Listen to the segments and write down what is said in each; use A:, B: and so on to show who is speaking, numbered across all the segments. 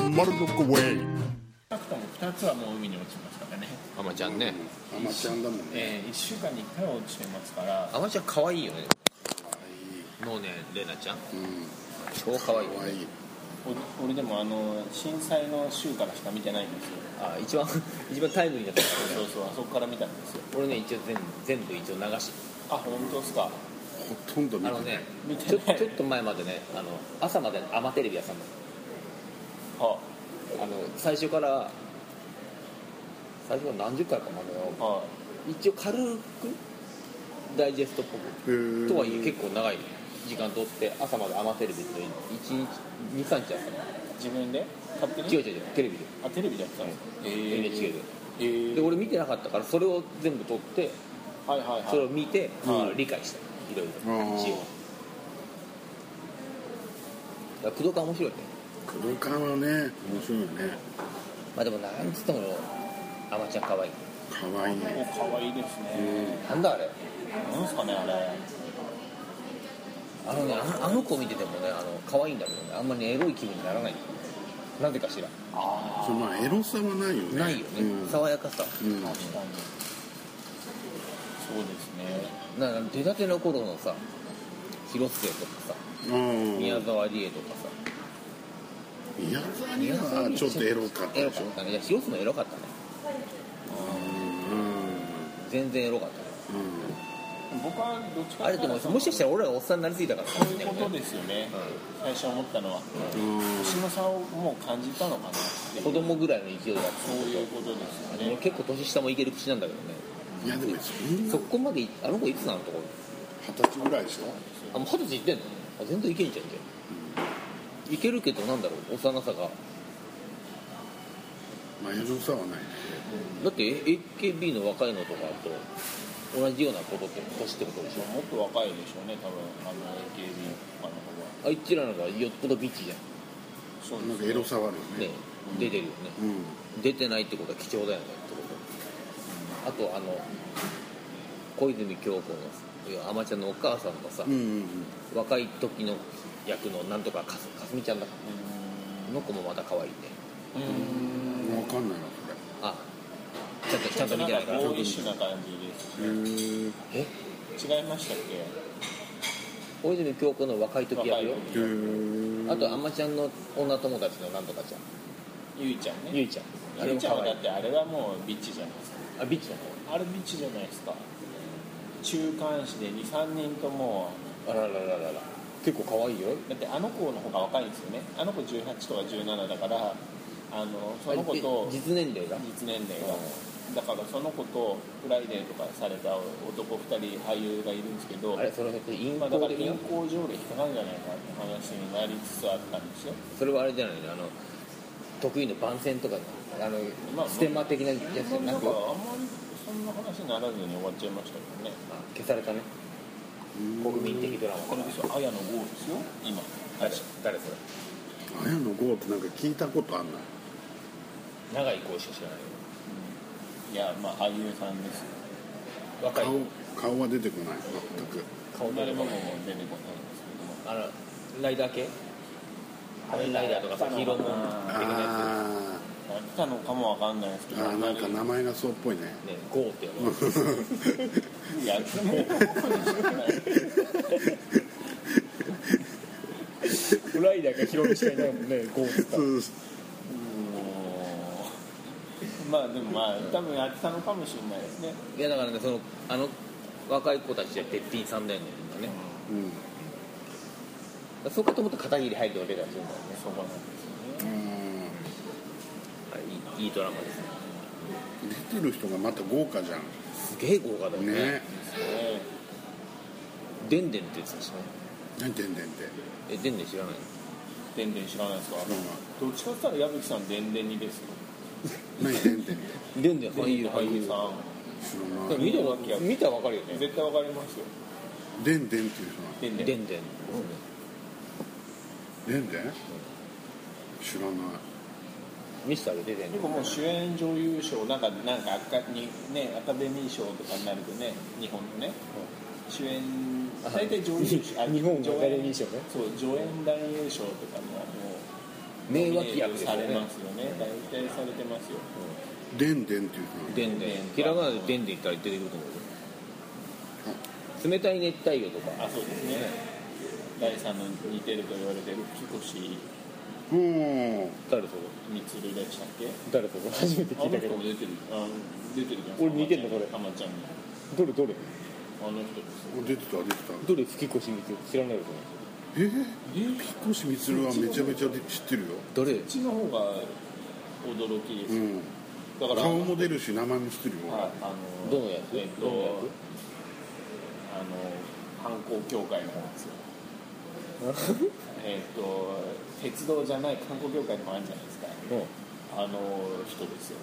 A: 少なくとも2つはもう海に落ちましたね、
B: あまちゃんね
C: アマちゃんだもんね、
A: え1週間に1回は落ちてますから
B: あまちゃん可愛いよね
C: 可
B: もうねれなちゃん
C: 愛いうん
B: 超可愛い
C: 可愛い
A: お俺でもあの震災の週からしか見てないんですよ
B: あ一番 一番タイムリーなとこ
A: そうそうあそこから見たんですよ
B: 俺ね一応全部全部一応流し
A: あ本当ですか
C: ほとんど見
B: あ
C: て
B: のね
A: 見て
B: ちょ
A: ない
B: ちょっと前までねあの朝までアマテレビ屋さんの
A: は
B: あの最初から最初から何十回かまでよ
A: は
B: 一応軽くダイジェストっぽく
C: へー
B: とはいえ結構長い時間とって朝までアマテレビって1日23日やったの
A: 自分で勝手に
B: 違う違う違うテレビで
A: あテレビでやってたんですか、え
B: NHK
A: え
B: で
A: ー
B: で俺見てなかったからそれを全部撮って
A: はいはい
B: それ
A: は
B: を見て、
A: うん
B: まあ、理解したいろい
C: うん
B: ろ一応だから工藤館面白いね
C: 武道館はね面白いよね
B: まあでもなんつってもアマちゃん可愛い
C: 可愛い
A: いお可愛いですね
B: なんだあれ
A: なんですかねあれ
B: あのねあのあの子見ててもねあの可愛いんだけどねあんまりねエロい気分にならないなぜかしら
A: あ
C: そのまあエロさはないよね
B: ないよね、
C: うん
B: 爽やかさ
C: うん
A: あ確かにそうですね
B: な出たての頃のさ広末とかさ
C: うん
B: 宮沢りえとかさ
C: 宮沢にはちょっとエロかった
B: エロ
C: で
B: か
C: しょ
B: ったねいや広末エロかったね全然エロかったね
C: う
A: 僕はどっちか
B: あれでももしかしたら俺らおっさんになりすぎたからか
A: そ
B: も
A: う
B: しれ
A: いうこ
B: ないよ
A: と
B: ね
A: ですよね、
B: う
A: 最初思ったのは
C: んうん
A: 年の差をもう感じたのかなって
B: 子供ぐらいの勢いだっ
A: そういうことですよ
B: た俺
A: ね
B: 結構年下もいける口なんだけどね
C: いやでもそんな
B: そこまでいあの子いつなのとこ
C: 二十歳ぐらいでしょ
B: あもう二十歳いってんのあ全然いけんじゃんじゃんいけるけどなんだろう幼さが
C: まあエロさはないね
B: だって AKB の若いのとかと同じようなことって年ってことでしょ
A: もっと若いでしょうね多分あの AKB とかの方は
B: あいつらの方がよっぽどビッチじゃん
A: そ
C: なんかエロさはあるよね
B: ね出てるよね
C: うん
B: 出てないってことは貴重だよねってことあとあの小泉京子のいやアマちゃんのお母さんがさ、
C: うんうん
B: 若い時の役のなんとかかすかすみちゃんだかあの子もまた可愛いね
A: うん
C: うんわかんないな
B: あちゃんとち
A: ち
B: ゃ
A: ょ
B: ん
A: っ
B: と
A: と
B: 見
A: なん
B: て
A: か
B: ないから
A: ボーイッシュな感じです
C: これへー
B: え
A: 違いましたっ
B: 小泉京子の若い
A: け
B: 時
A: 若
B: 役
A: い
B: よ
C: へ
A: 時
C: ー
B: あとアマちゃんの女友達のなんとかちゃん
A: ゆいちゃん
B: ゆ
A: ね
B: いちゃんあれ
A: ゆい
B: も
A: ちゃん
B: 可
A: は
B: 愛
A: だ
B: い
A: ってあれはもうビッチじゃないですか
B: あビッチだね
A: あれビッチじゃないですか中間子で23人とも
B: あららららら結構可愛いよ
A: だってあの子の方が若いんですよねあの子18とか17だからあのその子と
B: え実年齢が
A: 実年齢がだからその子とフライデーとかされた男2人俳優がいるんですけど
B: あれそれ陰
A: まあだから
B: 謀的
A: 銀
B: な
A: 行条例引っかかるんじゃないかって話になりつつあったんですよ
B: それはあれじゃないのあの得意の番宣とかあの、
A: まあ
B: ステマ的なやつじゃ
A: な
B: なんく
A: かあんまりそんな話にならずに終わっちゃいましたけどね
B: あ消されたね国民的ドラマ
A: これですよ綾野剛ですよ今
B: 誰誰それ
C: 綾野剛ってなんか聞いたことあんな
B: 長い子しか知らないよ
A: いやまあ俳優さんですよ
B: 若い
C: 顔顔は出てこない全く
B: 顔
A: 誰
B: 誰
A: も
B: も
A: も出てこないんですけども
B: あのライダー系仮面ライダーとかさヒーローもん的なや
C: あ
A: やってたのかもわかんないですけ
C: ー
A: ど
C: あーなんか名前がそうっぽいね
B: つねゴーって呼ばれて
A: いやつも
B: るライダーがヒロミしかいないもんねゴーって
C: うん
A: まあでもまあ多分やってたのかもしれないですね
B: いやだからねそのあの若い子たちは鉄品さんだよねみんなね
C: うん
B: そうかと思ったら片桐入って俺らするんだよね
A: そうなんですよね
B: あれいいいいドラマですね
C: 出てる人がまた豪華じゃん
B: すげえ豪華だよね
C: ね
A: え
B: でんでんってやつでしょ
C: 何てんでんって
B: えでんでん知らない
A: えでんでん知らないですか
C: う
A: どっちかって言ったら矢吹さんでんでんにですよ
C: 何てんでんって
B: のでんでん俳優
A: 俳優
B: 俳優
A: さん
C: 知ら
B: 見たら見たらわかるよね
A: 絶対わかりますよ
C: でんでんっていう人なの
A: でん
B: でん
A: で
B: で
A: ん
B: んですね
C: でんでん知らない
B: ミスターででんで
A: で
B: ん
A: ももう主演女優賞なんかなんかアカに、ね、アカデミー賞とかになるとね日本のね主演
B: あ
A: 大体女優賞あ
D: 日本アカデミー賞ね
A: そう上演男優賞とかにはもう
B: 名脇役ですよ
A: され
B: ね
A: ますよね大体されてますよ
C: でんでんっていう人
B: でんでんひらがなででんでん言ったら出てくると思うよ冷たい熱帯魚とか
A: あそうですね第三の似てると言われてる木越
C: なのうん
B: 誰と
A: 充でしたっけ
D: 誰とか初めて
A: あ
D: 聞い
A: の
D: たけ
A: 人
D: ど
A: も出てるあ出てるじゃん
D: 俺似てんのこれ
A: 浜ちゃんに
D: どれどれ
A: あの人で
C: 出
A: す
C: てた出てた
D: どれ吹き越し見て知らないよね
C: えー、ピコシミツルはめちゃめちゃ知ってるよ
B: 誰
A: こっちの方が驚きで
C: う
A: す、
C: ん
A: だから
C: 顔も出るし名前も知ってるよ、
A: はいあの
B: どのやつ
A: えっと
B: どのや
A: あの観光協会の方ですよえっと鉄道じゃない観光協会の方あるじゃないですか
B: うん
A: あの人ですよ、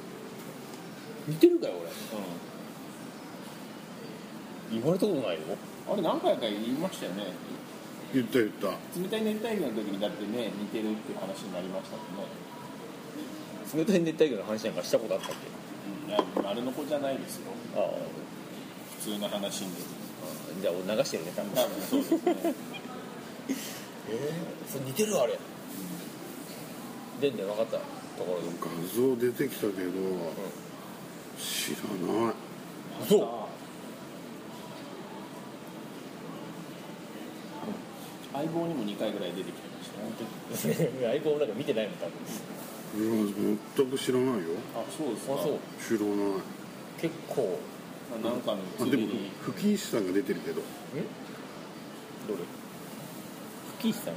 B: 似てるかよ俺
A: う
B: 言われたことない
A: ん、
B: よ
A: あれ何回か言いましたよね
C: 言った言った
A: 冷たい熱帯魚の時にだってね似てるっていう話になりましたもんね、
B: 冷たい熱帯魚の話なんかしたことあったっけ
A: うんいや、丸の子じゃないですよ
B: ああ
A: 普通の話に
B: あじゃあ俺流してるね多分
A: 多分そうで すね
B: えー、それ似てるあれでんでん分かったところで
C: 画像出てきたけど、知らない
B: 嘘
A: 相棒にも2回ぐらい出てきてましたね
B: 相棒なんか見てないもん多分
C: うん全く知らないよ
A: あそうですか
B: あそう
C: 知らない
B: 結構
A: まあなんかの
C: あ
A: つ
C: で
A: い
C: も
A: に
C: 吹き石さんが出てるけど
B: どれ吹石さん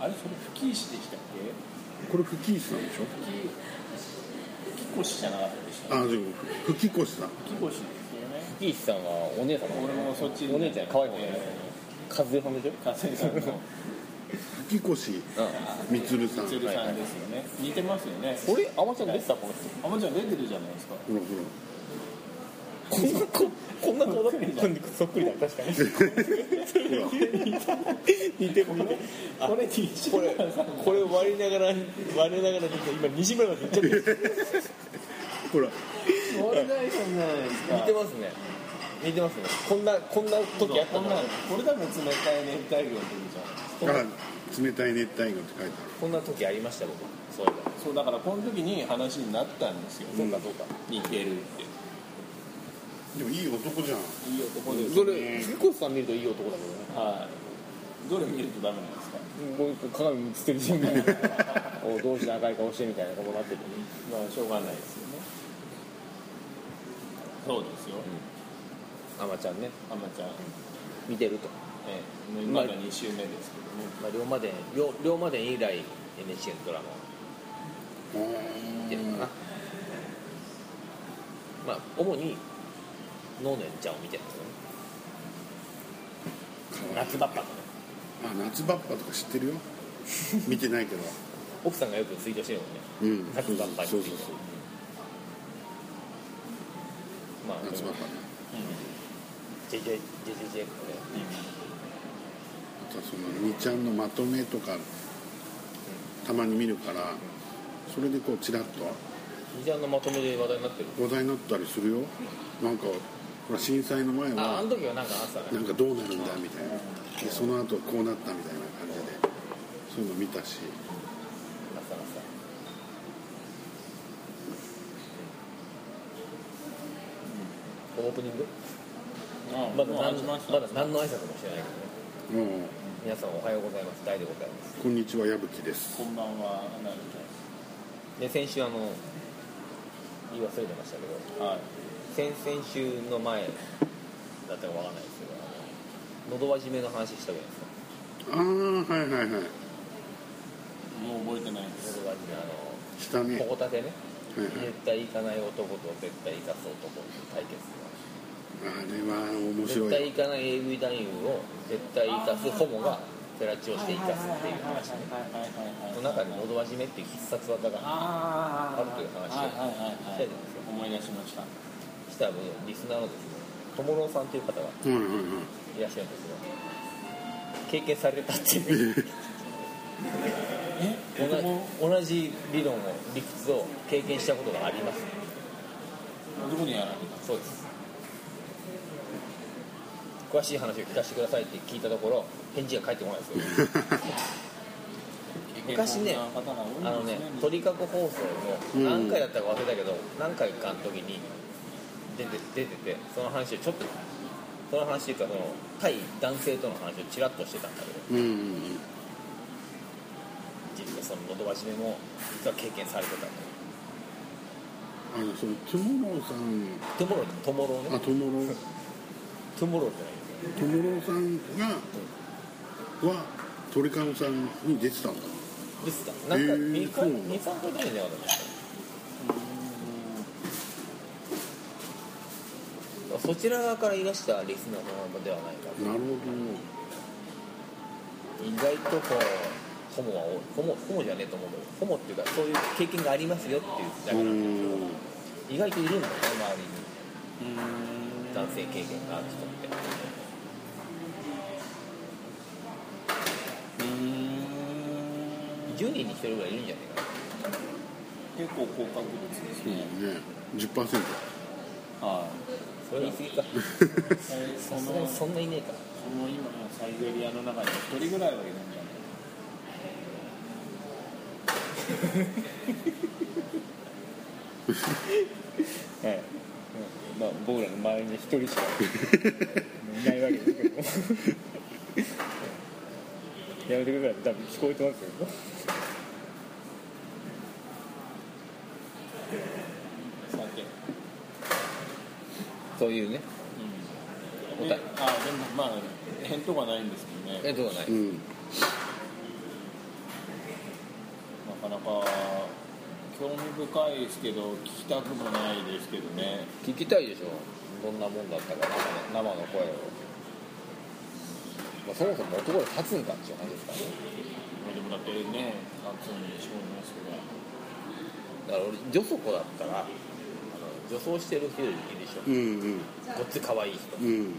A: あれそれ吹石でしたっけ
C: これ吹き石さんでしょ
A: 吹吹越じゃなかったでしたっ
C: あでも吹き越さん
A: け吹越ですよね
B: 吹石さんはお姉さん
A: 俺もそっち
B: お姉ちゃん可愛い方だよね和江さんでしょ
A: 加瀬さんの
C: 吹き越満さん
A: 鶴さんですよね似てますよね
B: うん俺あまちゃん出てたこの人
A: あもちゃん出てるじゃないですか
C: ほらほら
B: こんな子こんな子だった
D: こんなそっくりだ確かに似てる
A: これ西
D: これ
A: 村さん
D: これ割りながら割りながら今西村まで行っちゃってる
C: ほら
A: これ大さんじゃないですか
B: 似てますね似てますねこんなこんな時あった
A: こん
B: の
A: なこれ多分冷たい熱帯魚の時じゃん
C: あ冷たい熱帯魚って書いて
B: こんな時ありました僕そういえば
A: そうだからこの時に話になったんですよ、
B: そうかそうか
A: 似てるって
C: あるでもいい男じゃん
A: いい男です
B: それ藤越さん見るといい男だ
A: はいどれ見るとダメなんですか
B: けどねこういう鏡映ってる しみたいなおどうして赤い顔してみたいなことになってる
A: まあしょうがないですよねそうですよ
B: あまちゃんね
A: あまちゃん、
B: 見てると、
A: ええま
B: まあ
A: だ2週目ですけども、
B: まあ、龍馬伝龍龍馬伝以来 NHK のドラマを見てるかなまあ主に能年ちゃんを見てるんですよね夏バッパのね
C: あ夏バッパとか知ってる よ見てないけど
B: 奥さんがよくツイートしてるもんね
C: うん
B: 夏バッパにつ
C: そう
B: い
C: そう
B: て
C: そう
B: まあでも
C: 夏バッパね
B: JJ JJJ これ
C: あとはその2ちゃんのまとめとかたまに見るからそれでこうちらっと
B: 二ちゃんのまとめで話題になってる
C: 話題になったりするよなんかほら震災の前
B: ああ
C: は
B: の時はなんかあったね
C: なんかどうなるんだみたいなでその後こうなったみたいな感じでそういうの見たし
B: あったあったオープニング
A: あ
B: まだ
A: もう
B: 何
A: 始ました
B: まだ何の挨拶もしてないけどね
C: もう
B: 皆さんおはようございます大でございます
C: こんにちは矢吹です
A: こんばんはなる
B: で先週あの言い忘れてましたけど
A: ちゃんはい
B: 先々週の前だったかわかんないですけどあののど輪締めの話したじゃないですか
C: ああはいはいはい
A: もう覚えてないです
B: のど輪
C: 下ね
B: 締めあのここたてね
C: はいはい
B: 絶対行かない男と絶対行かす男の対決
C: あれは面白
B: 絶
C: い
B: 対行かない AV 男優を絶対行かすホモがフェラチオして行かすっていう話ね
A: はいはいはい
B: その中に「のど輪締め」っていう必殺技が
A: ああ
B: あるという話を
A: はいはいはいはい
B: したじゃないですか
A: 思い出しました
B: した分リスナーのですね友郎さんという方が
C: うんうんうん
B: いらっしゃるんですけど経験されたって いう同じ同じ理論を理屈を経験したことがあります
A: どこにやられた
B: そうです詳しい話を聞かせてくださいって聞いたところ返事が返ってこないんですよ昔ねあのね鳥かご放送の何回だったか忘れたけど、何回かの時に出て出ててその話をちょっとその話っていうかその対男性との話をちらっとしてたんだけど
C: うんうん
B: 実はそののどばじめも実は経験されてたんだよ
C: あのそのトゥモローさん
B: トゥモロートゥモロー
C: あ
B: ね
C: トゥモロー
B: トゥモローじゃない
C: トゥモローさんがは鳥かごさんに出てたんだ
B: ですかなんか
C: へー
B: 2回
C: そうなんだ
B: 二三回出るんじゃなかったかなそちら側からいらしたリスナーのままではないかと
C: なる
B: 意外とこうホモは多いホモホモじゃねえと思うけどホモっていうかそういう経験がありますよっていうだ
C: ほどう
B: けなんで
C: ん
B: 意外といるんだよね周りに
A: う
B: 男性経験がある人って
A: ーん
B: 10人に1人ぐらいいるんじゃないかな
A: 結構高確率です
C: そう
A: ね、
C: だね10%
A: は
B: それは言い過ぎか
A: いそ
B: さすが
A: の
B: に
A: そ
B: そんないねえか
A: の今のサイゼリアの中に一人ぐらいはいるんじゃない
B: はい、まあ、僕らの周りに一人しかいないわけですけどもやめてください多分聞こえてますよ
A: 酒
B: そういうね
A: うん
B: 答
A: で
B: え
A: あでもまあ返答がないんですけどね
B: えどうない
C: うん
A: なかなか興味深いですけど聞きたくもないですけどね
B: 聞きたいでしょどんなもんだったか生の生の声を、まあ、そもそも男で立つんかっていう話ですからね
A: でもだってね夏にしょうますけ
B: だから俺女祖子だったらあの女装してる人いるでしょ
C: うんうん
B: ごっつ可愛い人
C: うん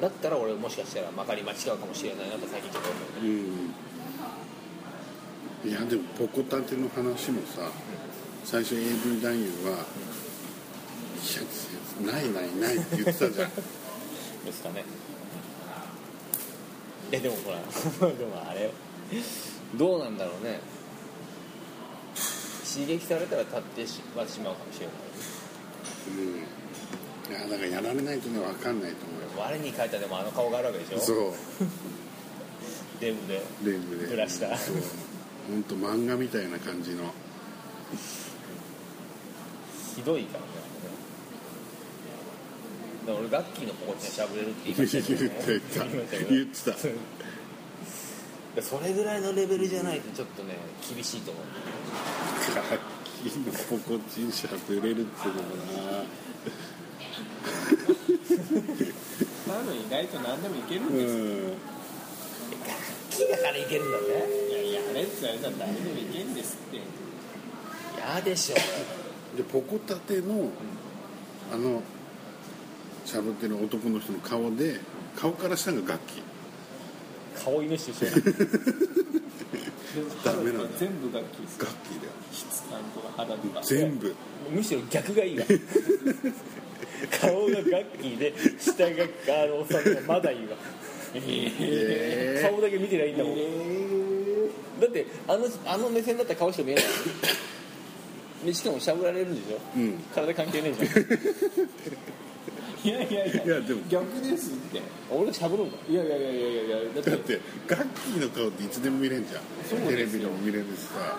B: だったら俺もしかしたらまかり間違うかもしれないなと最近ちょっと思う
C: うんいやでもポコタテの話もさ最初 AV 男優はいやないないないって言ってたじゃん
B: ですかねえでもほら でもあれどうなんだろうね刺激されたら立ってしまうかもしれない
C: うんいやだからやられないとね分かんないと思うよ
B: 我に返ったでもあの顔があるわけでしょ
C: そ
B: デブで
C: うレンブで
B: ぶらした
C: そう本当漫画みたいな感じの
B: ひどいからねでも俺ガッキーの心地でしゃぶれるって言いましたけどね
C: 言ってた
B: 言いましたけど
C: 言ってた
B: でそれぐらいのレベルじゃないとちょっとね厳しいと思う
C: ガッキーのポコチンしゃぶれるってのもな
A: ど多分意外と何でもいけるん
C: う
A: ですよ、
C: ん
B: 木だからいけるんだね
A: いやいやあれってあれだ誰でもいけんですって
B: 嫌でしょ
C: でポコタテのあのしゃぶってる男の人の顔で顔から下が楽 器
B: 顔犬主張
A: でも
C: ダメなんだ
A: 全部楽器です
C: 楽器だよ
A: 質感とか肌とか
C: 全部
B: むしろ逆がいいわ 顔がガッキーで下があのおっさんがまだいいわ
C: え
B: 顔だけ見てりゃいいんだもん、
A: え
B: だってあのあの目線だったら顔しか見えないでしかもしゃぶられるんでしょ、
C: うん
B: 体関係ねえ じゃん
A: ーいやいやいや
C: いやでも
A: 逆ですって
B: 俺がしゃぶるんだ
A: いやいやいやいやいやいやだって
C: だって楽器の顔っていつでも見れんじゃんテレビでも見れるしさ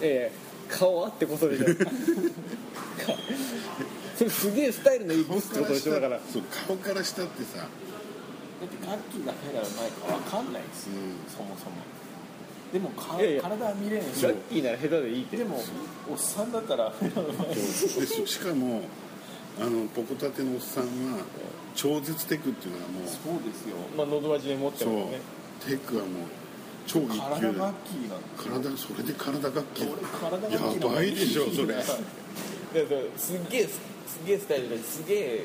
B: ええ顔あってこそ でしょそれすげえスタイルのいいブスってことでしょだから
C: そう顔から下ってさ
A: だって楽器がヘラうまいかわかんないですよ、
C: うん
A: そもそもでもか
B: いやいや
A: 体は見れんし
B: ガッキーなら下手でいいって
A: でもおっさんだったらヘラうまい
C: でししかもあのポコタテのおっさんは超絶テクっていうのはもう
A: そうですよ
B: まあ喉輪締め持って
C: そう
B: もね
C: テクはもう超一
A: 体
C: 級
A: 楽器
C: だよ
A: なん
C: 体それで体楽器
A: 俺体楽器なんだ
C: やばいでしょそれ
A: いや
B: だからすっげえすっげえスタイルだしすげえ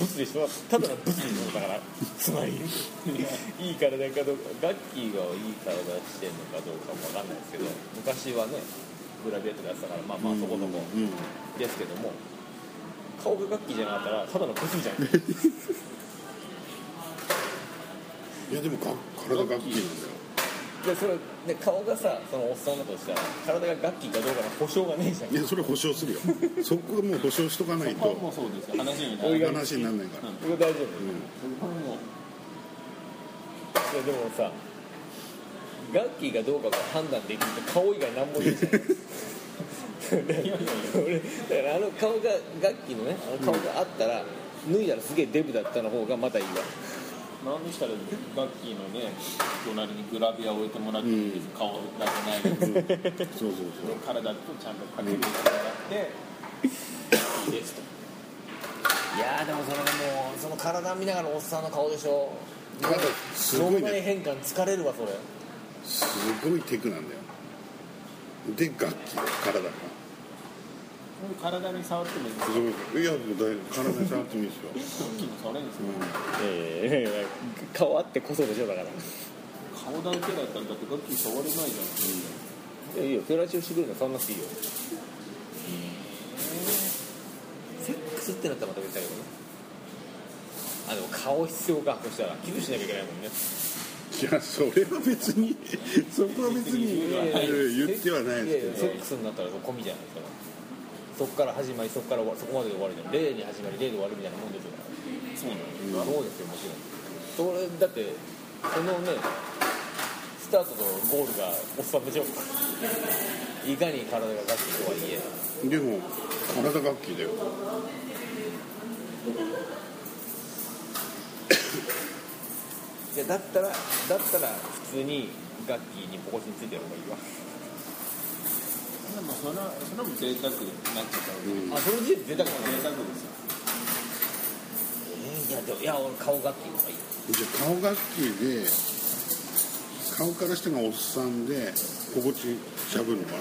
D: ブスでしょただのブスでしょだ からつまり
B: いい体かどうかガッキーがいい体してんのかどうかもわかんないですけど昔はねグラビアとかやってたからまあまあそこそこ
C: うん
B: ですけども顔がガッキーじゃなかったらただのブスじゃん
C: いやでもが体がっきりなんだよ
B: でそれで顔がさそのおっさんだとしたら体がガッキーかどうかの保証がねえじゃん
C: いやそれ保証する よそこはもう保証しとかない
A: こも
C: と
A: そうですよ話にな
B: お
A: る
B: いが
C: 話にならないから、
B: それ大丈夫
C: うん
A: これも
B: いやでもさガッキーがどうかが判断できるって顔以外何もねえじゃん俺だからあの顔がガッキーのねあの顔があったら、脱いだらすげえデブだったの方がまだいいわ
A: 何でしたらガッキーのね隣にグラビアを置いてもらっていいです、顔だけないです
C: そうそうそう
A: 体とちゃんとかけてもらって、いいですと
B: いやーでもそれでもうその体見ながらおっさんの顔でしょ
C: ただすごい
B: 脳内
C: ね
B: 変換疲れるわそれ
C: すごいテクなんだよで楽器だよ体が
A: 体に触ってもいいです
C: すごいいやもう大丈夫体に触ってもいいですよ、
A: ガッキーも触れるんですよ
B: ええ顔あってこそでしょだから
A: 顔だけだったらだってガッキー触れないじゃん
B: いいよフラチオしてくれるの触んなくていいよセックスってなったらまた別だけどねあでも顔必要かそしたら寄付しなきゃいけないもんね
C: うん、いやそれは別に そこは別にうん言ってはないですけど
B: ややセックスになったら込みじゃないですかそっから始まりそっから終わりそこまでで終わるじゃん例に始まり例で終わるみたいなもんです
A: そ
B: よ
A: うなの
B: そうですよもちろんそれだってそのねスタートとゴールがおっさんでしょいかに体がガッキーとはいえ
C: でも体楽器だよ
B: いやだったらだったら普通にガッキーにポコチンついてる方がいいわ
A: でもそれはそれも贅沢になっちゃったわけで
B: あその時点で贅沢
A: 贅
B: な
A: 沢ですよ
B: いやでもいや俺顔ガッキーの方がい
C: じゃ
B: い
C: あ顔楽器で顔からしてがおっさんでこぼちしゃぶるのは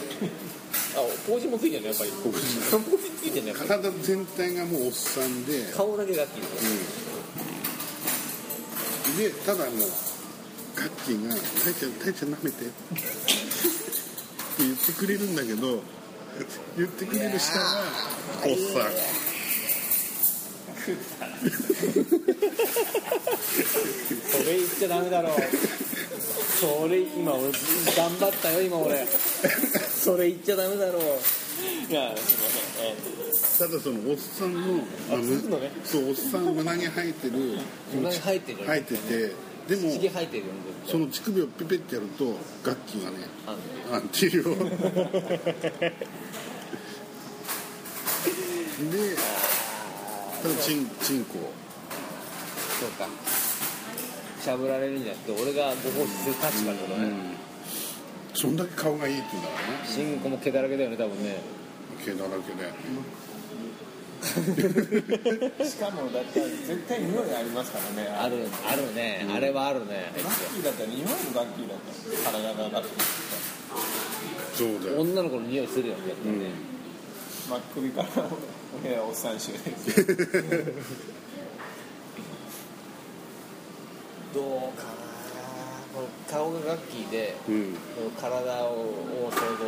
B: あポコチンもついてるのやっぱり
C: ポコチン
B: ポコチンついてるのやっぱり
C: 体全体がもうおっさんで、
B: 顔だけガッキーの方がいい
C: うん、でただもうガッキーが「大ちゃん大ちゃん舐めて」って言ってくれるんだけど言ってくれる下はおっさん
B: それ言っちゃダメだろうそれ今俺頑張ったよ今俺それ言っちゃダメだろう
A: いやすいません、え
C: ただそのおっさんのまあむ
B: のね
C: そうおっさん胸毛生えてる
B: お前入ってるよ
C: 生えててで
B: ひげ
C: も
B: 生えてるよ
C: その乳首をピペってやるとガッキーがね
B: あの
C: アンティーをでただチンチンコを
B: そうかしゃぶられるんじゃなくて俺がご奉仕する立場ってこ
C: う
B: とね
C: んそんだけ顔がいいって言うんだからね
B: シンコも毛だらけだよね多分ね
C: 毛だらけで
A: えしかもだって絶対匂いありますからね
B: あるあるね、あれはあるね
A: ガッキーだったら匂いのガッキーだったら体がガッキー
C: そうだよ
B: 女の子の匂いするよねやっぱね、
A: まあ首からお部屋おっさん臭ですよ
B: どうかなこの顔がガッキーで
C: うん
B: 体を想像するのと、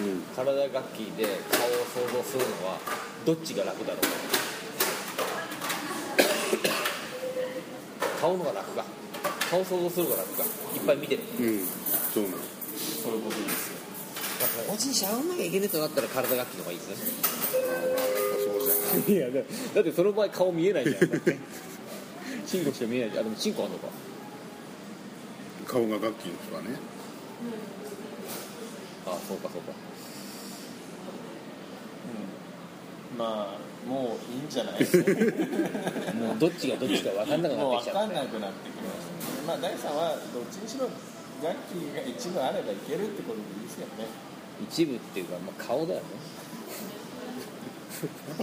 C: うん
B: 体がガッキーで顔を想像するのはどっちが楽だ ろう顔の方が楽か顔想像するのが楽かいっぱい見てる
C: うんそうなの
A: そういうことですよ
B: おじいしゃうんなきゃいけねえとなったら体ガッキーの方がいいですね
C: そうじゃない
B: いやだだってその場合顔見えないじゃんだってチンコしか見えないじゃんあでもチンコあんのか
C: 顔がガッキーの人はね
B: あそうかそうか
A: うんまあもういいんじゃないですか
B: もうどっちがどっちか分かんなくな
A: もう
B: ってき
A: 分
B: ち
A: か
B: ゃうん
A: なくなってきましたねまあ第3はどっちにしろガッキーが一部あればいけるってことでいいですよね
B: 一部っていうか、まあ、顔だよね
C: や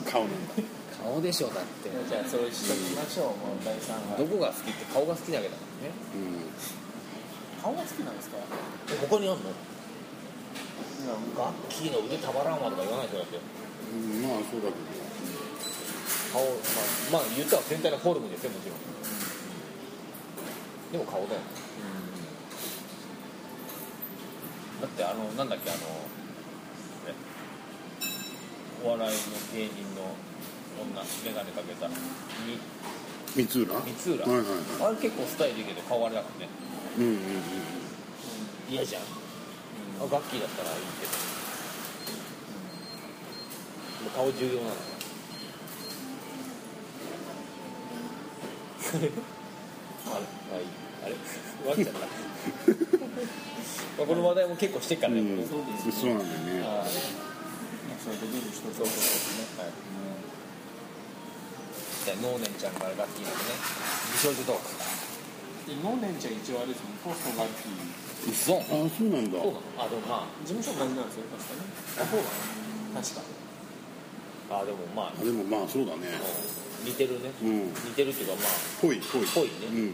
C: っぱ顔なんだ
B: 顔でしょだって
A: じゃあそれしときましょう、もう第3は
B: どこが好きって顔が好きなわけだもんね
C: う
A: 顔が好きなんですか
B: え他にあん
A: い
B: のガッキーの腕たまらんわとか言わない人だって
C: んまあそうだけ
B: 顔、まあ、まあ言ったら全体のフォルムですよもちろんでも顔だよねだってあのなんだっけあのえお笑いの芸人の女眼鏡かけたに
C: 三浦
B: 光浦、
C: はいはいは
B: あれ結構スタイルいいけど顔あれだからね
C: いうんうんうん
B: 嫌じゃん、あガッキーだったらいいけど、もう顔重要なの あれあれあれ終わっちゃったま あこの話題も結構してっからね、
C: うん
A: そうです
C: そ
A: ね
C: うなんだよね
B: あ
A: そういうことに一つそうですねはい
B: じゃあ能年ちゃんからガッキーまでね美少女トー
A: で能年ちゃん一応あれですもんポストガッキー
B: クう
C: あ
B: そ
C: あそうなんだ
B: そうなのあでもま
A: 事務所同じなんですよ確かね
B: ああそう
A: 確か
B: なのあでもまあ
C: あでもまあそうだね
B: 似てるね
C: うん
B: 似てるっていうかまあ
C: ぽいぽい
B: ぽいね、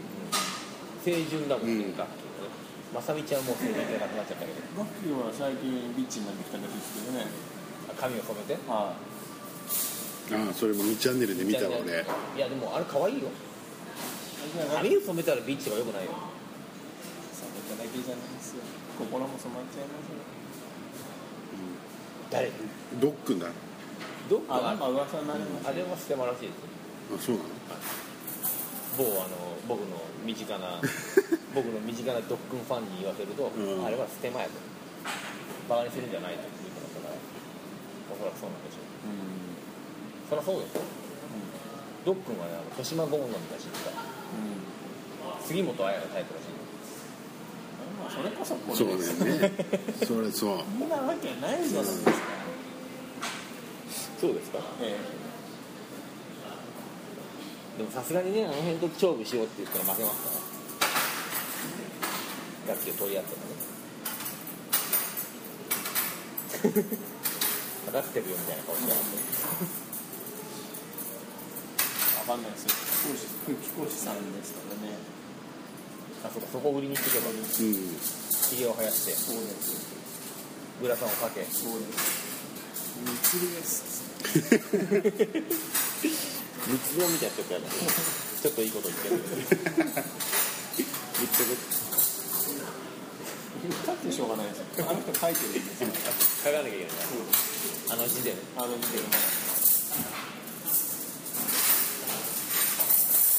C: うん
B: うん清純だもんね、
C: うん
B: 楽器もねまさみちゃんも清純じゃなくなっちゃったけど
A: ガッキーは最近ビッチになってきたらしいですけどね
B: あ髪を染めて
A: は
C: ああそれも2チャンネルで見たわ俺
B: いやでもあれ可愛いよ
A: いだから
B: 髪を染めたらビーチは良くないよ
A: 染めただけじゃないですよ心も染まっちゃいますよ
B: 誰
C: ドックンだあ
B: どっ
A: あな
B: か
A: んか噂になります
B: あれはステマらしいですよ
C: そうなの
B: 某あの僕の身近な僕の身近なドックンファンに言わせると、
C: うん
B: あれはステマやとバカにするんじゃないと言ってましたからおそらくそうなんでしょう
A: う
B: そりゃそうですよドックンはねあの豊島ゴムの昔にさ
A: んうん
B: 杉本彩のタイプらしい
A: まあそれこそこ
C: そ
A: れ
C: う
A: で
C: だ
A: す
C: よねそ
A: よ
C: れそう
A: そんなわけないじゃないですか、
B: そうですか
A: え
B: でもさすがにねあの辺と勝負しようって言ったら負けますから楽器を取り合ってもね 分かってるよみたいな顔してなかっ
A: え、わかんないですよ貴公子貴公子さんですからね
B: たあそこそこを売りにしてけば
C: うん
B: ひげを生やして
A: そうです
B: グラサンをかけ
A: そうです三つです
B: 三つ子みたいな人ってやるちょっといいこと言ってる三つ子
A: 言ったってしょうがないですよあの人書いてるんですよ
B: 書かなきゃいけないな
A: そうです
B: あの字でね
A: あの見てる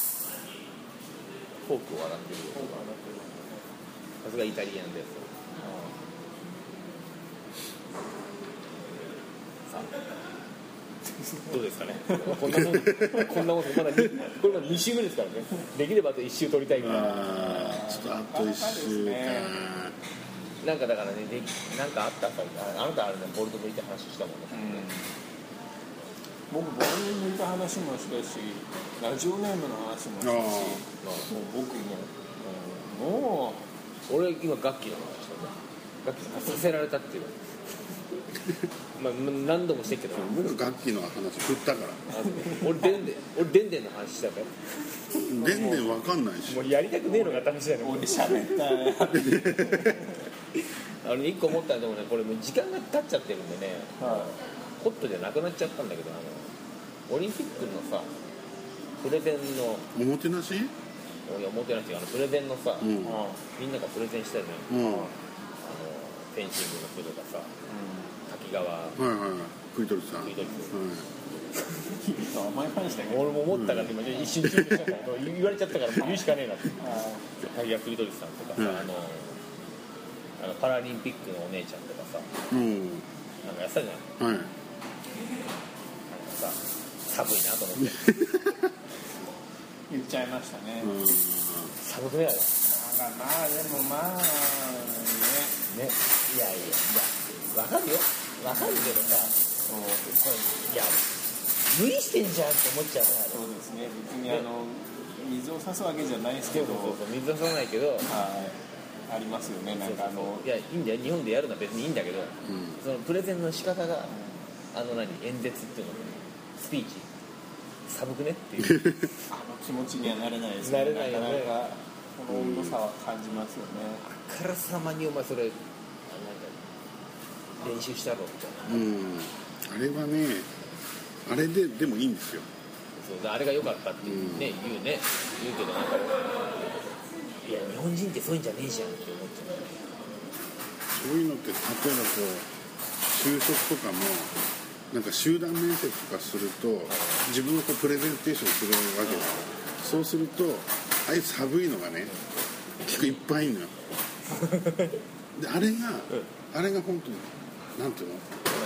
A: 方が上がっ
B: フォークを洗ってるよ
A: てる
B: さすがイタリアンですさあどうですかねこんなもんこんなもんまだにこれまだ2週目ですからねできればあと1週取りたいぐらい
C: ああちょっとあと1週間
B: なんかだからねできなんかあったかああなたあれねボルト抜いて話したもんね
A: うん僕ボールに抜いた話もしたしラジオネームの話もした
C: あ
A: し
C: あ
B: まあ
A: もう僕もうんも
B: 俺今楽器の話したね 楽器させられたっていうまあ何度もしてるけど
C: 僕楽器の話振ったから
B: あ俺でんでん俺でんでんの話したから
C: でんでんわかんないし
B: もうやりたくねえのが楽しいだ
A: う俺喋ったね
B: あの一個思ったのでもねこれもう時間が経っちゃってるんでね
A: は
B: ホットじゃなくなっちゃったんだけどあのオリンピックのさプレゼンの
C: おもてなし
B: いや思ってない人あのプレゼンのさ、
C: うん
A: いうん
B: みんながプレゼンしたじゃんあ
C: うんは
B: のフェンシングの人とかさ滝川
C: いはいはいクイトルさん
B: クイトルさ
C: は
A: 君と甘いファンでしたけど、
B: 俺も思ったから今一瞬注意した から言われちゃったからもう言うしかねえなって滝川栗鳥さんとか
C: う
B: さ、
C: ん
B: あのあのパラリンピックのお姉ちゃんとかさ
C: いうん
B: なんかやってたじゃんな
C: は
B: ん
C: い
B: かさ寒いなと思って
A: 言っちゃいましたね、
C: うん
B: 寒くねえだろ
A: なんかまあでもまあね
B: ね、いやいやいやわかるよわかるけどさ
A: そう
B: いや無理してんじゃんって思っちゃうねあれ
A: そうですね別にあの水を差すわけじゃないですけど
B: そうそう水出さないけど
A: はいありますよねなんかあ
B: そう
A: の
B: そうそういやいいんだよ日本でやるのは別にいいんだけど
C: うん
B: そのプレゼンの仕方があの何演説っていうのスピーチ寒くねっていう
A: あの気持ちにはなれないですね
B: なれないよね
A: かなかこの温度差は感じますよね、
B: あからさまにお前それあなんか練習したろみたいな
C: うんあれはねあれででもいいんですよ
B: そうだあれが良かったっていうね、言うね言うけどなんかいや日本人ってそういうんじゃねえじゃんって思っちゃう
C: そういうのって例えばこう就職とかもなんか集団面接とかすると自分をこうプレゼンテーションするわけだそうするとああいう寒いのがね結構いっぱいいんのよであれがあれが本当になんていうの、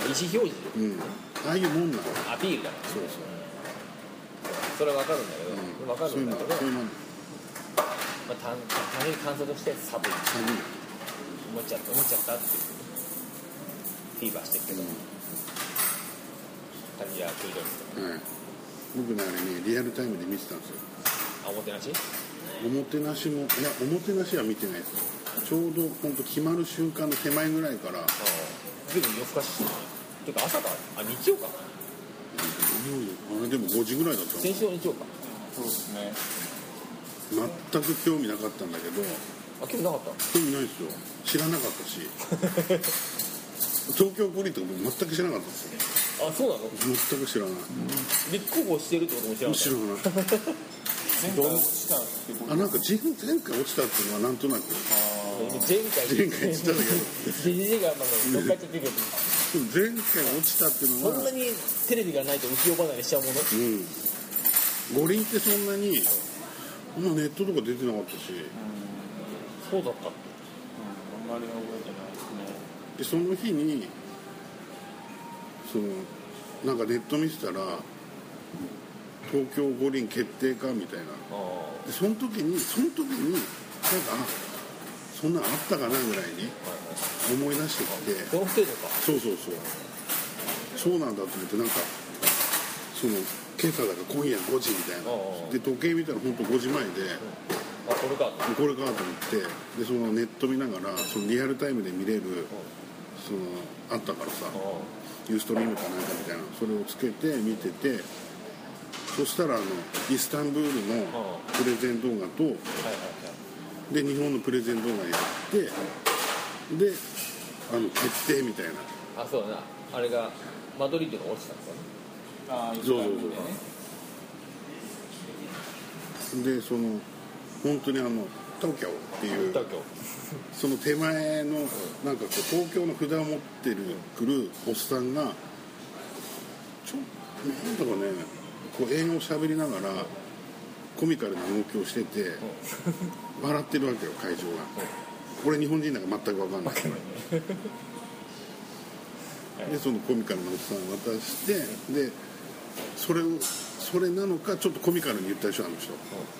B: 意思表示
C: うん、ああいうもんなの
B: アピールだ
C: そう
B: それは分かるんだけど、
C: そう、
B: 分か
C: そう
B: る
C: い
B: ん
C: う
B: だ
C: の
B: けど、
C: そういうもん
B: まあ、単単に感想として寒い
C: 寒い
B: 思っちゃった思っちゃったっていうフィーバーしてるけど、谷谷球場です
C: うんはい僕ねあれねリアルタイムで見てたんですよ
B: あおもてなし
C: おもてなしもいやおもてなしは見てないですちょうど本当決まる瞬間の手前ぐらいから
B: ああ随分夜更かししてるねていうか朝かあ日曜か
C: あれでも5時ぐらいだったの
B: 先週の日曜か
A: そうですね
C: 全く興味なかったんだけど
B: あ今日なかった
C: 興味ないですよ知らなかったし東京五輪とかも全く知らなかったですよ
B: あそうなの
C: 全く知らない
B: 立候補してるってことも知らなかっ
C: 知らない
A: 前回落ちたってこと
C: あなんか前前回落ちたっていうのはなんとなく
B: た前回
C: 前回落ちたんだけど
B: じじいがまだ乗っかっちゃってるけど
C: でも前回落ちたっていうの
B: そんな
C: は
B: にテレビがないと浮世離れしちゃうもの
C: うん五輪ってそんなにあんまネットとか出てなかったし
B: そうだったっ
A: うんあんまり覚えてないですね
C: でその日にそのなんかネット見てたら東京五輪決定かみたいな
B: ああ
C: でその時にその時になんかあそんなんあったかなぐらいに思い出してきて
B: その程度か
C: そうそうそうそうなんだと思ってなんかその今朝だから今夜5時みたい
B: あ
C: な
B: あ
C: で時計見たら本当5時前で
B: あこれか
C: これかと思ってでそのネット見ながらそのリアルタイムで見れるそのあったからさ
B: ああ
C: ユーストリームかなんかみたいなそれをつけて見ててそしたらあのイスタンブールのプレゼン動画と
B: はいはい
C: で日本のプレゼン動画やってであの決定みたいな
B: はいあそうだなあれがマドリードが落ちたんですよね
A: ああ
C: そうそうそう
A: 一回見てね
C: でその本当にあの東京っていう
B: 東京
C: その手前のなんかこう東京の札を持ってるくるおっさんがちょなんとかねこう英語を喋りながらコミカルな動きをしてて笑ってるわけよ会場が俺日本人なんか全く分かんないでそのコミカルなおっさんを渡してでそれをそれなのかちょっとコミカルに言ったでしょあの人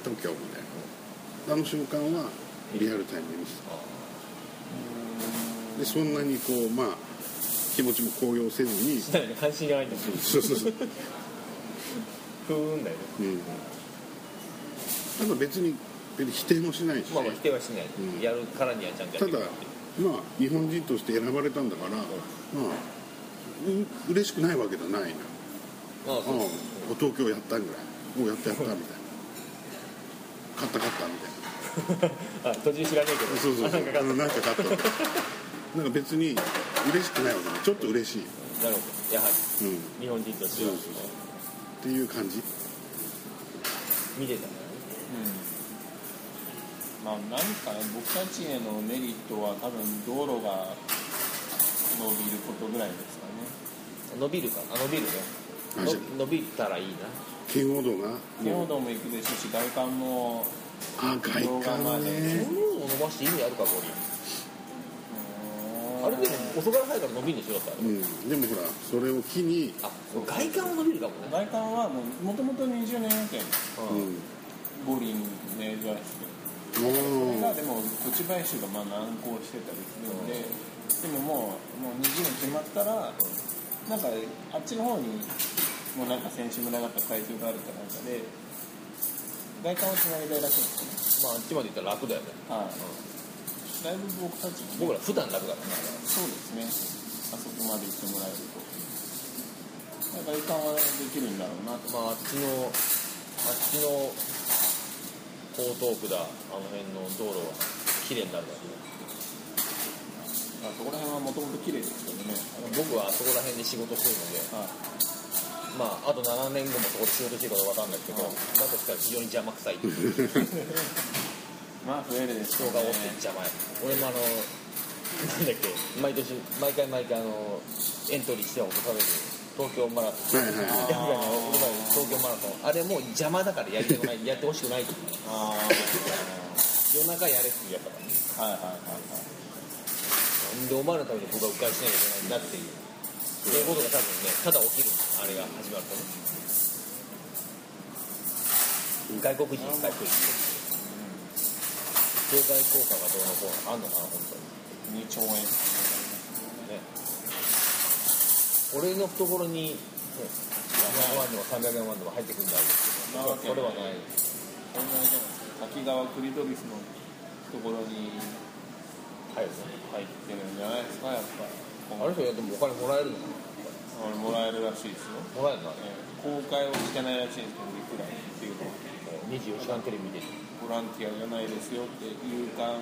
C: 東京みたいなあの瞬間はリアルタイムで見せたでそんなにこうまあ気持ちも高揚せずに
B: だよね関心がないんだ
C: そうそうそう
B: ふーんだよね
C: うんただ別に別に否定もしないし、
B: まあまあ否定はしない、
C: うん
B: やるからにはちゃんとや
C: た
B: って
C: だ
B: る
C: まあ日本人として選ばれたんだからまあう嬉しくないわけじゃないな
B: まあ
C: あ
B: そう
C: あ東京やったぐらいもうやったやったみたいな勝った勝ったみたいな
B: あ途中知らねえけど
C: そうそうそう
B: あなんかか
C: あのなんか勝ったなんか別に嬉しくないわけないちょっと嬉しい、
B: なるほどやは
C: うん、っ
B: り日本人としては
C: そうそうていう感じ
B: 見てたんだね
A: うんまあ何かね僕たちへのメリットは多分道路が伸びることぐらいですかね
B: 伸びるかあ伸びるね
C: あ
B: の
C: じゃ
B: 伸びたらいいな
C: 圏央道が
A: 圏央道も行くでしょうし外観も
C: あ外観ね
B: このを伸ばして意味あるかこれあれでも遅から早いから伸びるんでしょだった
C: う
B: ら
C: んでもほらそれを機に、
B: あ外観は伸びるかもね
A: 外観はもともと20年予定
C: うん、
A: 五輪ねずらしてそ れ
C: も
A: が
C: う
A: でも土地買収がまあ難航してたりするんで、でももうもう20年決まったら、なんかあっちの方にもうなんか選手村だった会場があるかなんかで外観をつなげたいらしいんです
B: まああっちまで行ったら楽だよね
A: よね、はいだいぶ僕たちも、ね、
B: 僕ら普段楽だからね
A: そうですねあそこまで行ってもらえると外観はできるんだろうなと
B: まああっちのあっちの江東区だあの辺の道路は綺麗になるだろうね
A: まあそこら辺はもともと綺麗ですけどね
B: 僕はあそこら辺で仕事してるの
A: は
B: で
A: い
B: まあ、あと7年後もそこで仕事してるかどうかわかんないですけど、だとしたら非常に邪魔くさいって いう
A: まあ増えるでしょ
B: 人
A: う
B: が
A: ね
B: 多くて邪魔や俺もあのなんだっけ毎年毎回毎回あのエントリーしては落とされる東京マラソン
C: はいはい
B: ヤフーがね落とされる東京マラソンあれもう邪魔だからやりたくないやってほしくないっていう
A: あ
B: 夜中やれって言う
A: あは
B: やから
A: いはいはい
B: なんでお前のために僕は迂回しなきゃいけないんだっていうそういうことが多分ねただ起きるあれが始まるとね外国人に帰ってくる経済効果がどうのこうのあんのかな本当
A: は
B: に
A: い2兆円
B: ね俺の懐に、ね、100万でも300万でも入ってくるんだろ
A: なわ
B: う
A: け
B: けどこれはない
A: こんなにでも滝川クリトリスのところに
B: は
A: 入っ
B: い
A: てるんじゃないですかやっぱ
B: あの人やってもお金もらえるの
A: あれもらえるらしいですよ、
B: もらえるの
A: ええ公開はしてないらしいんですけどいくらっていうのは
B: 24時間テレビ見てる
A: ボランティアじゃないですよって夕刊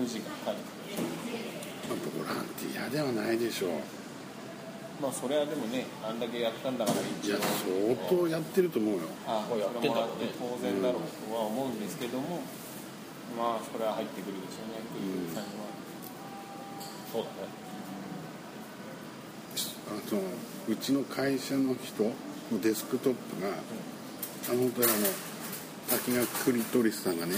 A: 富士が書いて
C: ボランティアではないでしょう
A: まあそれはでもねあんだけやったんだから
C: いや
A: 一応
C: 相当やってると思うよ
A: あ
B: もうやってんだろうね
A: それもあって当然だろうとは思うんですけども、まあそれは入ってくるでしょうねクリトリさんは、
B: そうだね
C: あのうちの会社の人のデスクトップが、あの本当にあの滝川クリトリスさんがね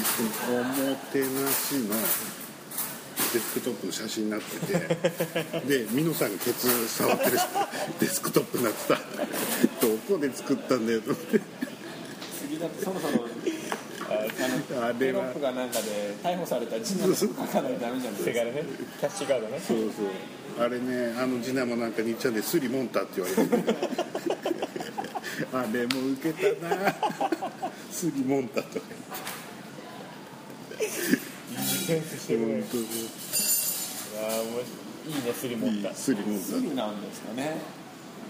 C: このおもてなしのデスクトップの写真になっててで美濃さんがケツ触ってるデスクトップになってたどこで作ったんだよと思って
A: 次だってそろそろあ
C: あ
A: の
C: れ
A: テロ
C: は
A: ップがなんかで逮捕された字なの書かないとダメじゃないですか
D: れからねキャッシュカードね
C: そうそうあれねあの次男もなんかにっちゃんで「スリモンタ」って言われてあれも受けたなスリモンタとか言って本
D: ああ面白いいいねスリ
C: 当
D: モ
C: に
D: ン
C: い
D: タ
C: いスリモン
A: 罪なんですかね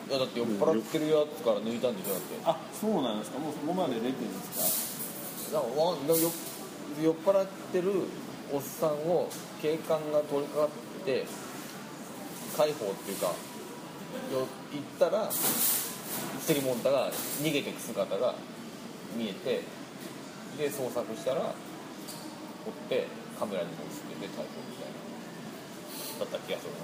B: いやだって酔っ払ってるやつから抜いたんでしょだって
A: あそうなんですかもうそこまで出てるんです
B: なんかわなんか酔っ酔っ払ってるおっさんを警官が取り掛かって介抱っていうかよ行ったらスリモンタが逃げてく姿が見えてで捜索したら追ってカメラに映ってて逮捕みたいなだった気がするな
A: か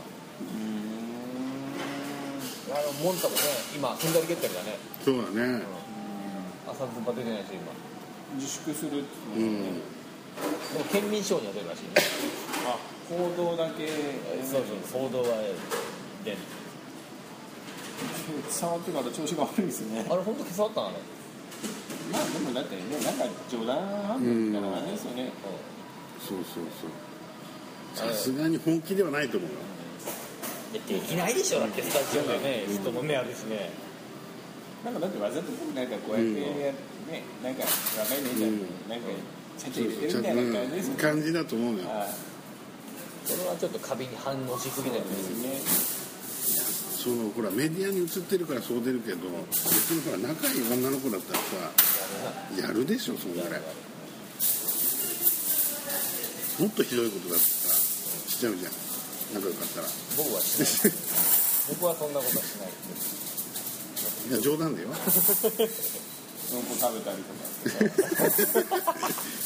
A: うー
B: あのモンタもね今踏んだり蹴ったりだね
C: そうだね
B: 朝ズバ出てないし今
A: ん自粛するって
C: う
A: いうの
C: ん
B: でも県民賞には出るらしいね
A: あ行動だけ
B: そうそう騒動は出る
A: 触ってから調子が悪いですね
B: あれ本当消さったのあれ
A: まあでもだってねなんか冗談半分みたいな感じですよね
C: そうそうそうさすがに本気ではないと思うよ
B: でできないでしょだってスタジオでね
D: 人もねあるしね
A: なんかだってわざとなんか500円や、ねなんか若い姉ちゃんになんかちゃちゃ入れてるみたいな感じですよね、
C: 感じだと思うのよ
A: はい
B: それはちょっとカビに反応しすぎないとです
A: で
B: ね
A: すね
C: そのほらメディアに映ってるからそう出るけど別にほら仲いい女の子だったらさやるでしょそんぐらいもっとひどいことだってさしちゃうじゃん仲良かったら
B: 僕はしない僕はそんなことはしない
C: いや冗談だよ
A: その子食べたりとか
C: い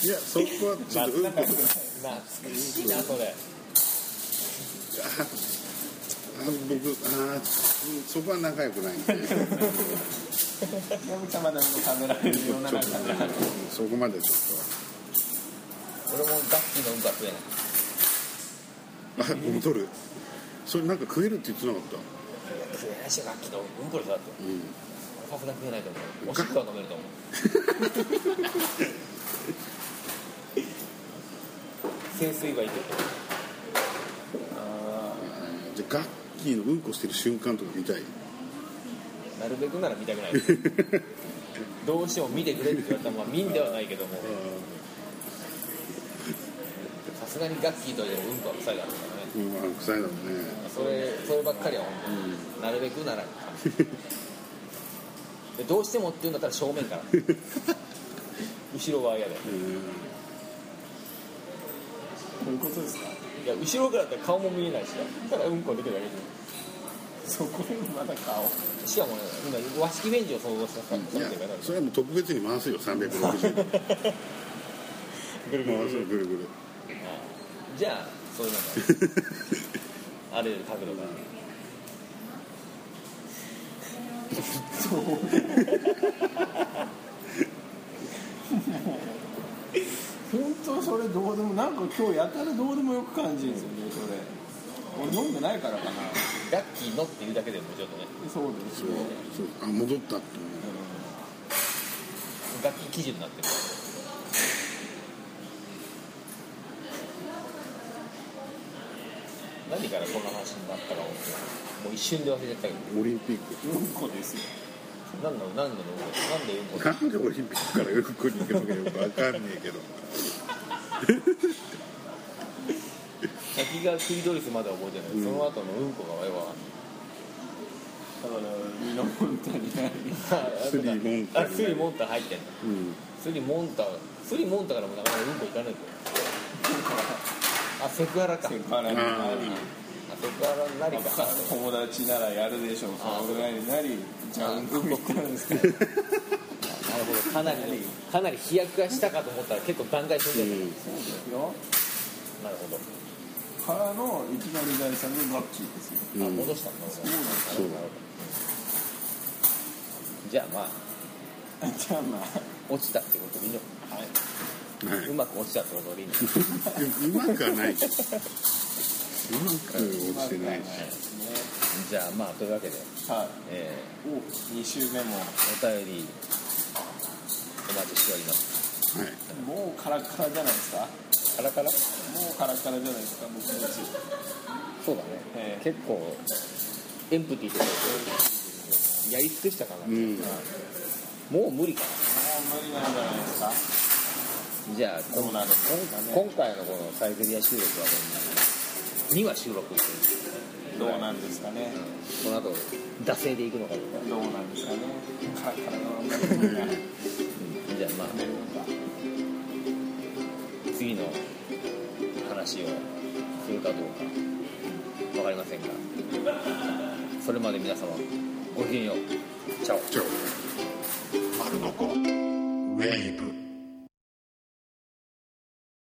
C: やそこはちょっとうんこ
B: 懐かしいなそれ
C: あ僕あーそこは仲良くないんで
A: 矢吹様でも食べられるような
C: ちょっ
A: 中
C: と
A: で
C: うんそこまでちょ
B: 俺もガッキーのうんこは食えない
C: っとあ戻るそれなんか食えるって言ってなかった
B: 食えないしガッキーのうんこでしょだって
C: うん
B: さすがに食えないと思うおしっこは飲めると 思う清水はいいけど
C: じゃあガッキーのうんこしてる瞬間とか見たい
B: なるべくなら見たくないですどうしても見てくれって言われたらまあ見んではないけどもさすがにガッキーといえばうんこは臭いだろうからね
C: うんあ臭いだろうね
B: それそればっかりは本当に、なるべくならでどうしてもっていうんだったら正面から後ろは嫌だよ
C: うん
A: そういうことですか
B: いや後ろからだったら顔も見えないしだただうんこ出てるだけで
A: そこにまだ顔
B: しかもね今和式ベンチを想像したさ
C: いやそれはもう特別に回すよ360度
D: ぐるぐる
C: 回す よぐるぐる
B: じゃあそういうのがあれる角度が
A: そうもう本当それどうでもなんか今日やたらどうでもよく感じるんですよねそれ俺飲んでないからかな
B: ラッキーのっていうだけでもちょっとね
A: そうです
C: そう
A: ね
C: そうあ戻ったって思う
B: 楽器基準になってる何からこんな話になったかをもう一瞬で忘れちゃったけど
C: オリンピック
A: うんこですよ
B: 何の何のうんこ何でうんこだ
C: なんでオリンピックからうんこに行くのかよくわかんねえけど
B: 先がクリドリスまでは覚えてない、
C: ん
B: その後のうんこがよくわか
A: だか
B: ん
A: ら身の本体になり
B: ない
C: スリーモンター
B: あスリーモンター入ってんの
C: うん
B: スリーモンタースリーモンターからもなかなかうんこいかないとあセクハラかあ
A: セクハラになり
B: セクハラになりか
A: 友達ならやるでしょうそのぐらいになりじゃあうんこ行ったんですけど
B: なるほどかなりかなり飛躍がしたかと思ったら結構段階踏んでる、
A: そうですよ
B: なるほど
A: からのいきなり第三のラッキーです
C: う
A: よ
C: ん
B: あ
C: うん
B: 戻したんだ俺
A: うなんだ
B: なるほどなるほどじゃあまあ
A: じゃあまあ
B: 落ちたってことでいいの
A: はい
C: は
A: う
B: まく落ちたってことでいいのはい
C: いうまくはないうまく落ちてないし
A: ね
B: じゃあまあというわけで、
A: はい
B: え
A: お2週目も
B: ー、お便りお待ちしてお
C: は
B: ります
C: い
A: もうカラッカラじゃないですかも
B: カラカラ
A: うカラッカラじゃないですか僕たち
B: そうだね、
A: ええ
B: 結構エンプティーとかやり尽くしたかな、
C: う
B: も
C: ん
B: う無理か
A: もう無理なんじゃないですか
B: なじゃあこん
A: どうなるんですかね
B: こん今回のこのサイゼリア収録はこんなには収録して
A: ど
B: る
A: うなんですかね
B: この後惰性で行くのかとか、
A: どうなんですかねカラッカラの女の子が
B: じゃあまあ
A: 出るのか
B: 次の話をするかどうかわかりませんがそれまで皆様ごきげんようチャオ
C: じゃあ丸のこウェーブ